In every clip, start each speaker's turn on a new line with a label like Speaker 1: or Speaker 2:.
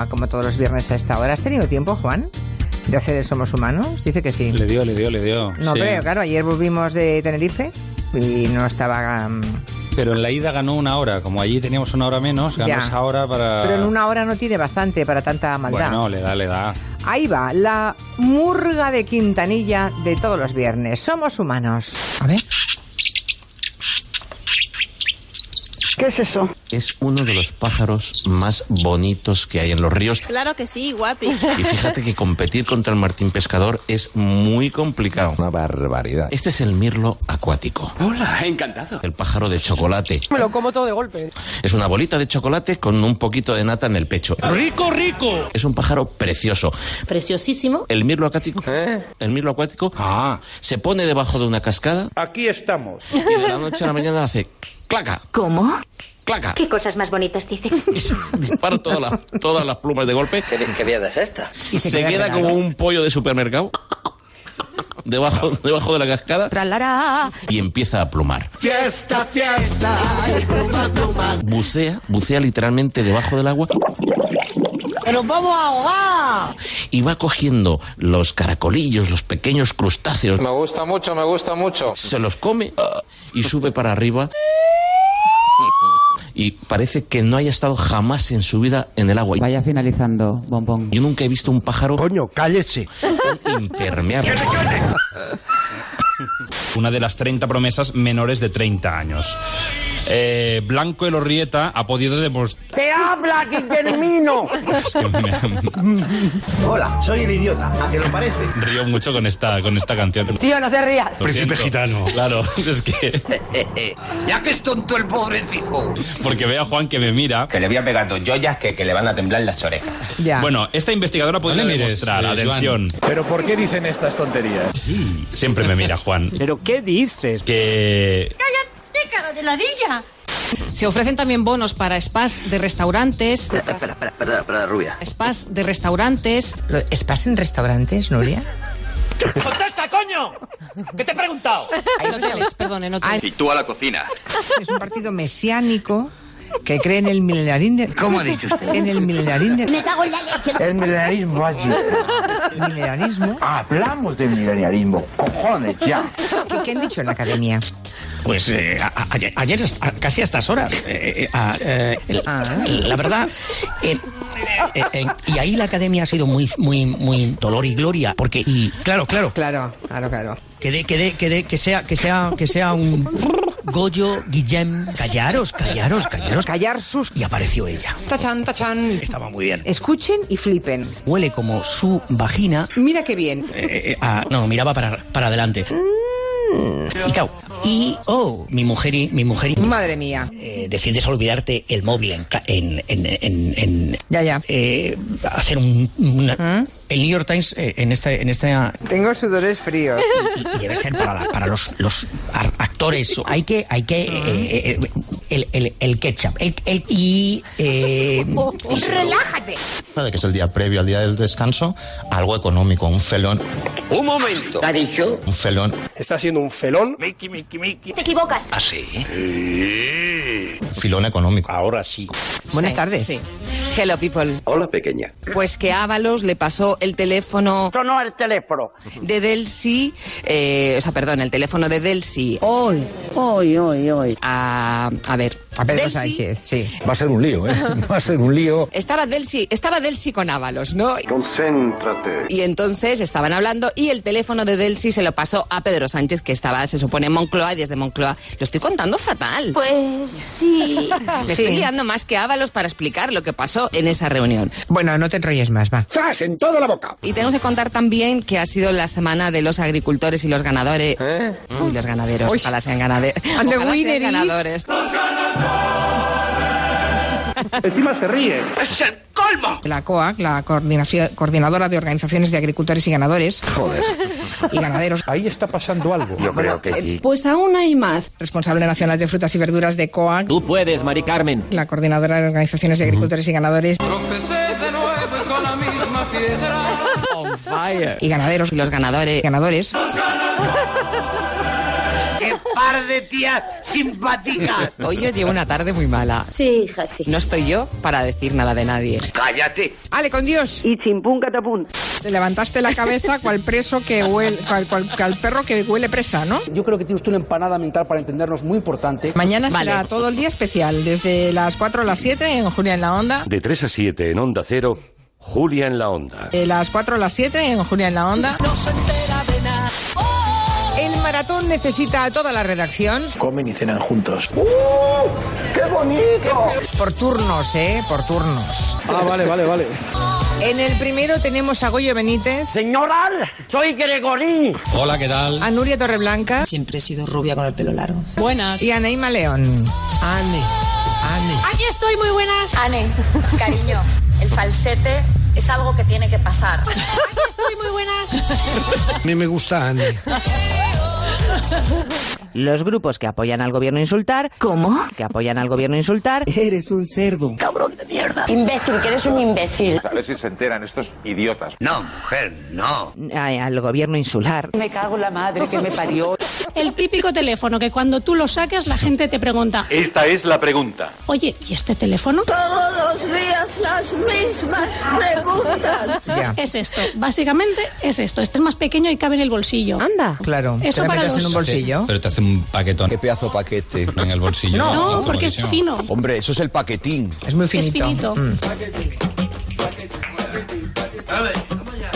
Speaker 1: Ah, como todos los viernes a esta hora. ¿Has tenido tiempo, Juan? ¿De hacer el Somos Humanos? Dice que sí.
Speaker 2: Le dio, le dio, le dio.
Speaker 1: No,
Speaker 2: sí.
Speaker 1: pero claro, ayer volvimos de Tenerife y no estaba... mm,
Speaker 2: Pero en la ida ganó una hora. Como allí teníamos una hora menos, ganó
Speaker 1: Ya.
Speaker 2: esa hora para.
Speaker 1: Pero en una hora no tiene bastante para tanta maldad.
Speaker 2: Bueno, le da, le da.
Speaker 1: Ahí va, la murga de Quintanilla de todos los viernes. Somos humanos. A ver.
Speaker 3: ¿Qué es eso?
Speaker 4: es uno de los pájaros más bonitos que hay en los ríos.
Speaker 5: Claro que sí, guapi.
Speaker 4: Y fíjate que competir contra el martín pescador es muy complicado.
Speaker 6: Una barbaridad.
Speaker 4: Este es el mirlo acuático,
Speaker 7: Hola, encantado.
Speaker 4: el pájaro de chocolate.
Speaker 8: Me lo como todo de golpe.
Speaker 4: Es una bolita de chocolate con un poquito de nata en el pecho.
Speaker 7: Rico, rico.
Speaker 4: Es un pájaro precioso.
Speaker 5: Preciosísimo.
Speaker 4: El mirlo acuático,
Speaker 9: ¿Eh?
Speaker 4: el mirlo acuático se pone debajo de una cascada
Speaker 7: Ah. Aquí estamos.
Speaker 4: y de la noche a la mañana hace claca,
Speaker 9: ¿Cómo?
Speaker 4: claca.
Speaker 9: ¿Qué cosas más bonitas dice?
Speaker 4: Y se dispara todas las, todas las plumas de golpe.
Speaker 3: ¿Qué mierda es esta?
Speaker 1: Y se
Speaker 4: se,
Speaker 1: queda
Speaker 4: queda,
Speaker 1: pegado.
Speaker 4: como un pollo de supermercado debajo, debajo de la cascada y empieza a plumar. Fiesta, fiesta, Bucea, bucea literalmente debajo del agua. ¡Que nos vamos a ahogar! Y va cogiendo los caracolillos, los pequeños crustáceos,
Speaker 6: Me gusta mucho, me gusta mucho.
Speaker 4: se los come y sube para arriba. Y parece que no haya estado jamás en su vida en el agua.
Speaker 8: Vaya finalizando, bombón.
Speaker 4: Yo nunca he visto un pájaro
Speaker 6: Coño, cállese.
Speaker 4: tan impermeable.
Speaker 2: Una de las 30 promesas menores de 30 años. Eh, Blanco Elorrieta ha podido demostrar.
Speaker 3: ¡Te habla, Guillermino!
Speaker 2: es que me
Speaker 6: Hola, soy el idiota. ¿A qué lo parece?
Speaker 2: río mucho con esta, con esta canción. Lo
Speaker 8: Tío, no te rías.
Speaker 2: siento.
Speaker 7: Príncipe gitano.
Speaker 2: Claro, es que.
Speaker 3: Eh, ya que es tonto el pobrecito.
Speaker 2: Porque ve a Juan que me mira.
Speaker 6: Que le voy a pegar dos joyas que, que le van a temblar las orejas.
Speaker 1: Ya.
Speaker 2: Bueno, esta investigadora ha podido
Speaker 4: No le mires,
Speaker 2: demostrar.
Speaker 4: eh, Joan.
Speaker 2: Atención.
Speaker 7: ¿Pero por qué dicen estas tonterías?
Speaker 2: Siempre me mira, Juan.
Speaker 7: ¿Pero qué dices?
Speaker 2: Que.
Speaker 5: ¡Cállate, cara de ladilla!
Speaker 10: Se ofrecen también bonos para spas de restaurantes,
Speaker 3: Espera, espera, espera, espera, espera, rubia.
Speaker 10: spas de restaurantes,
Speaker 1: Lo- ¿Estás en restaurantes, Nuria?
Speaker 7: ¡Contesta, coño! ¿Qué te he preguntado?
Speaker 10: en hoteles, perdón, en hoteles.
Speaker 7: Y tú a la cocina.
Speaker 1: Es un partido mesiánico que cree en el milenarismo.
Speaker 3: ¿Cómo ha dicho usted?
Speaker 1: En el milenarismo.
Speaker 9: cago en la leche.
Speaker 3: El milenarismo ha dicho.
Speaker 1: milenarismo.
Speaker 3: Hablamos de milenarismo. Cojones, ya.
Speaker 1: ¿Qué, qué han dicho en la academia?
Speaker 7: Pues eh, a- a- ayer, ayer est- a- casi a estas horas. eh, eh, a- eh, el- La verdad. eh, eh, eh, y ahí la academia ha sido muy, muy, muy dolor y gloria. Porque, y claro, claro,
Speaker 1: Claro, claro, claro.
Speaker 7: que, de, que, de- que, de- que sea, que sea, que sea un Goyo, Guillem. Callaros, callaros, callaros.
Speaker 1: Callar sus...
Speaker 7: Y apareció ella.
Speaker 1: Tachan, tachan.
Speaker 7: Estaba muy bien.
Speaker 1: Escuchen y flipen.
Speaker 7: Huele como su vagina.
Speaker 1: Mira qué bien.
Speaker 7: eh, eh, ah, no, miraba para, para adelante.
Speaker 6: Mm.
Speaker 7: Y claro, y oh, mi mujer y mi mujer. y-
Speaker 1: Madre mía.
Speaker 7: eh, decides olvidarte el móvil en, ca- en, en- en- en-
Speaker 1: Ya, ya.
Speaker 7: eh, hacer un una- el New York Times eh, en esta en esta
Speaker 1: Tengo sudores fríos.
Speaker 7: y, y debe ser para, la- para los, los ar- actores hay que hay que eh, eh, el, el, el ketchup el, el- y eh,
Speaker 9: Relájate.
Speaker 4: de que es el día previo al día del descanso, algo económico, un felón,
Speaker 3: Un momento. ¿Ha dicho?
Speaker 4: un felón,
Speaker 8: Está siendo un felón.
Speaker 9: Te equivocas.
Speaker 4: filón económico.
Speaker 7: ahora sí
Speaker 1: Buenas tardes.
Speaker 10: Sí. Hello, people.
Speaker 3: Hola, pequeña.
Speaker 10: Pues que Ábalos le pasó el teléfono
Speaker 3: Sonó el teléfono.
Speaker 10: de Delsi, eh, o sea, perdón, el teléfono de Delsi
Speaker 8: Hoy, hoy, hoy, hoy.
Speaker 10: a. A ver.
Speaker 1: A Pedro
Speaker 10: Delsi-
Speaker 1: Sánchez, sí.
Speaker 6: Va a ser un lío, ¿eh? Va a ser un lío.
Speaker 10: Estaba Delsi, estaba Delsi con Ábalos, ¿no?
Speaker 3: Concéntrate.
Speaker 10: Y entonces estaban hablando y el teléfono de Delsi se lo pasó a Pedro Sánchez, que estaba, se supone, en Moncloa y desde Moncloa. Lo estoy contando fatal.
Speaker 9: Pues sí.
Speaker 10: Me
Speaker 1: Sí.
Speaker 10: estoy liando más que Ábalos para explicar lo que pasó en esa reunión.
Speaker 1: Bueno, no te enrolles más, va.
Speaker 6: ¡Zas! En toda la boca.
Speaker 10: Y tenemos que contar también que ha sido la semana de los agricultores y los ganadores. Uy, los ganaderos.
Speaker 1: Uy.
Speaker 10: Ojalá sean ganaderos.
Speaker 1: And the
Speaker 10: Ojalá
Speaker 1: winner
Speaker 10: sean
Speaker 1: is-
Speaker 10: ganadores.
Speaker 7: encima se ríe
Speaker 3: ¡Es el colmo!
Speaker 1: La COAC, la Coordinación- Coordinadora de Organizaciones de Agricultores y Ganadores. Joder. Y Ganaderos.
Speaker 7: ahí está pasando algo
Speaker 3: Yo creo que sí.
Speaker 10: Pues aún hay más.
Speaker 1: Responsable Nacional de Frutas y Verduras de COAC.
Speaker 7: tú puedes Mari Carmen
Speaker 1: la coordinadora de organizaciones de agricultores y ganadores
Speaker 10: On fire.
Speaker 1: y ganaderos
Speaker 10: Y los ganadores.
Speaker 1: ganadores
Speaker 11: par de tías simpáticas.
Speaker 12: Hoy yo llevo una tarde muy mala. Sí, hija, sí. No estoy yo para decir nada de nadie.
Speaker 11: Cállate.
Speaker 13: Ale, con Dios. Y chimpún catapún. Te levantaste la cabeza cual preso que huele, cual, cual- cual perro que huele presa, ¿no?
Speaker 14: Yo creo que tiene usted una empanada mental para entendernos muy importante.
Speaker 13: Mañana será todo el día especial, desde las 4 a las 7 en Julia en la Onda.
Speaker 15: De 3 a 7 en Onda Cero, Julia en la Onda.
Speaker 13: De las 4 a las 7 en Julia en la Onda.
Speaker 1: ¡Oh! El maratón necesita a toda la redacción.
Speaker 16: Comen y cenan juntos.
Speaker 1: ¡Uh! ¡Qué bonito! Por turnos, ¿eh? Por turnos.
Speaker 16: Ah, vale, vale, vale.
Speaker 1: En el primero tenemos a Goyo Benítez.
Speaker 11: Señora, soy Gregorín.
Speaker 1: Hola, ¿qué tal? A Nuria Torreblanca. Siempre he sido rubia con el pelo largo. Buenas. Y a Neima León. Ane. Ane.
Speaker 10: Aquí estoy, muy buenas.
Speaker 12: Ane, cariño, el falsete Este es algo que tiene que pasar.
Speaker 10: Aquí estoy, muy buenas.
Speaker 14: A mí me gusta Andy.
Speaker 12: Los grupos que apoyan al gobierno insultar. ¿Cómo? Que apoyan al gobierno insultar. Eres un cerdo. Cabrón de mierda. Imbécil, que eres un imbécil.
Speaker 17: A ver si se enteran estos idiotas. No, mujer, no.
Speaker 12: al gobierno insular.
Speaker 10: Me cago en la madre
Speaker 12: que me parió.
Speaker 10: El típico teléfono que cuando tú lo sacas la gente te pregunta,
Speaker 17: Esta es la pregunta.
Speaker 10: oye, ¿y este teléfono?
Speaker 9: Todos los días las mismas preguntas.
Speaker 10: Ya. Es esto, básicamente es esto. Este es más pequeño y cabe en el bolsillo. Anda.
Speaker 1: Claro.
Speaker 10: Eso para los...
Speaker 2: Pero te hace un paquetón.
Speaker 18: Qué pedazo de paquete.
Speaker 2: En el bolsillo.
Speaker 10: No, No, porque comodísimo. es fino.
Speaker 18: Hombre, eso es el paquetín.
Speaker 1: Es muy
Speaker 10: Es
Speaker 1: finito.
Speaker 10: finito.
Speaker 1: Mm.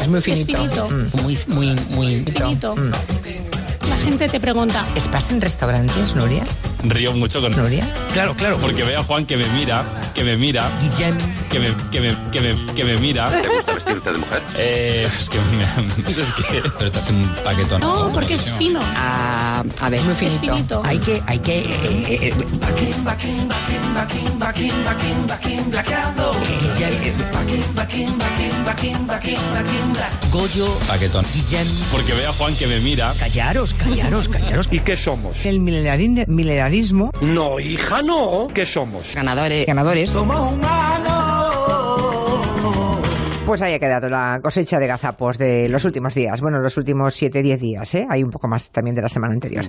Speaker 7: Es
Speaker 1: muy Mm.
Speaker 7: finito. Muy, muy, muy
Speaker 10: Finito. La gente te pregunta,
Speaker 1: ¿Estás en restaurantes, Nuria?
Speaker 2: Río mucho con
Speaker 1: Nuria.
Speaker 2: Claro, claro. Porque veo a Juan que me mira, que me mira. Que me, que me, que me, que me mira.
Speaker 10: ¿Te gusta
Speaker 2: vestirte de mujer? Eh, es que me- es que. Pero te hace un paquetón.
Speaker 10: no, porque es fino.
Speaker 12: a ver,
Speaker 10: muy finito. Es finito.
Speaker 7: Hay que, hay que. eh, eh, eh, Eh, Goyo.
Speaker 2: Paquetón. Porque veo a Juan que me mira.
Speaker 7: Callaros, callaros, callaros.
Speaker 2: ¿Y qué somos?
Speaker 1: El milenarin- milenarismo.
Speaker 2: No, hija, no. ¿Qué somos?
Speaker 1: Ganadores. Ganadores.
Speaker 9: Somos
Speaker 1: Pues ahí ha quedado la cosecha de gazapos de los últimos días. Bueno, los últimos 7-10 días, ¿eh? Hay un poco más también de la semana anterior.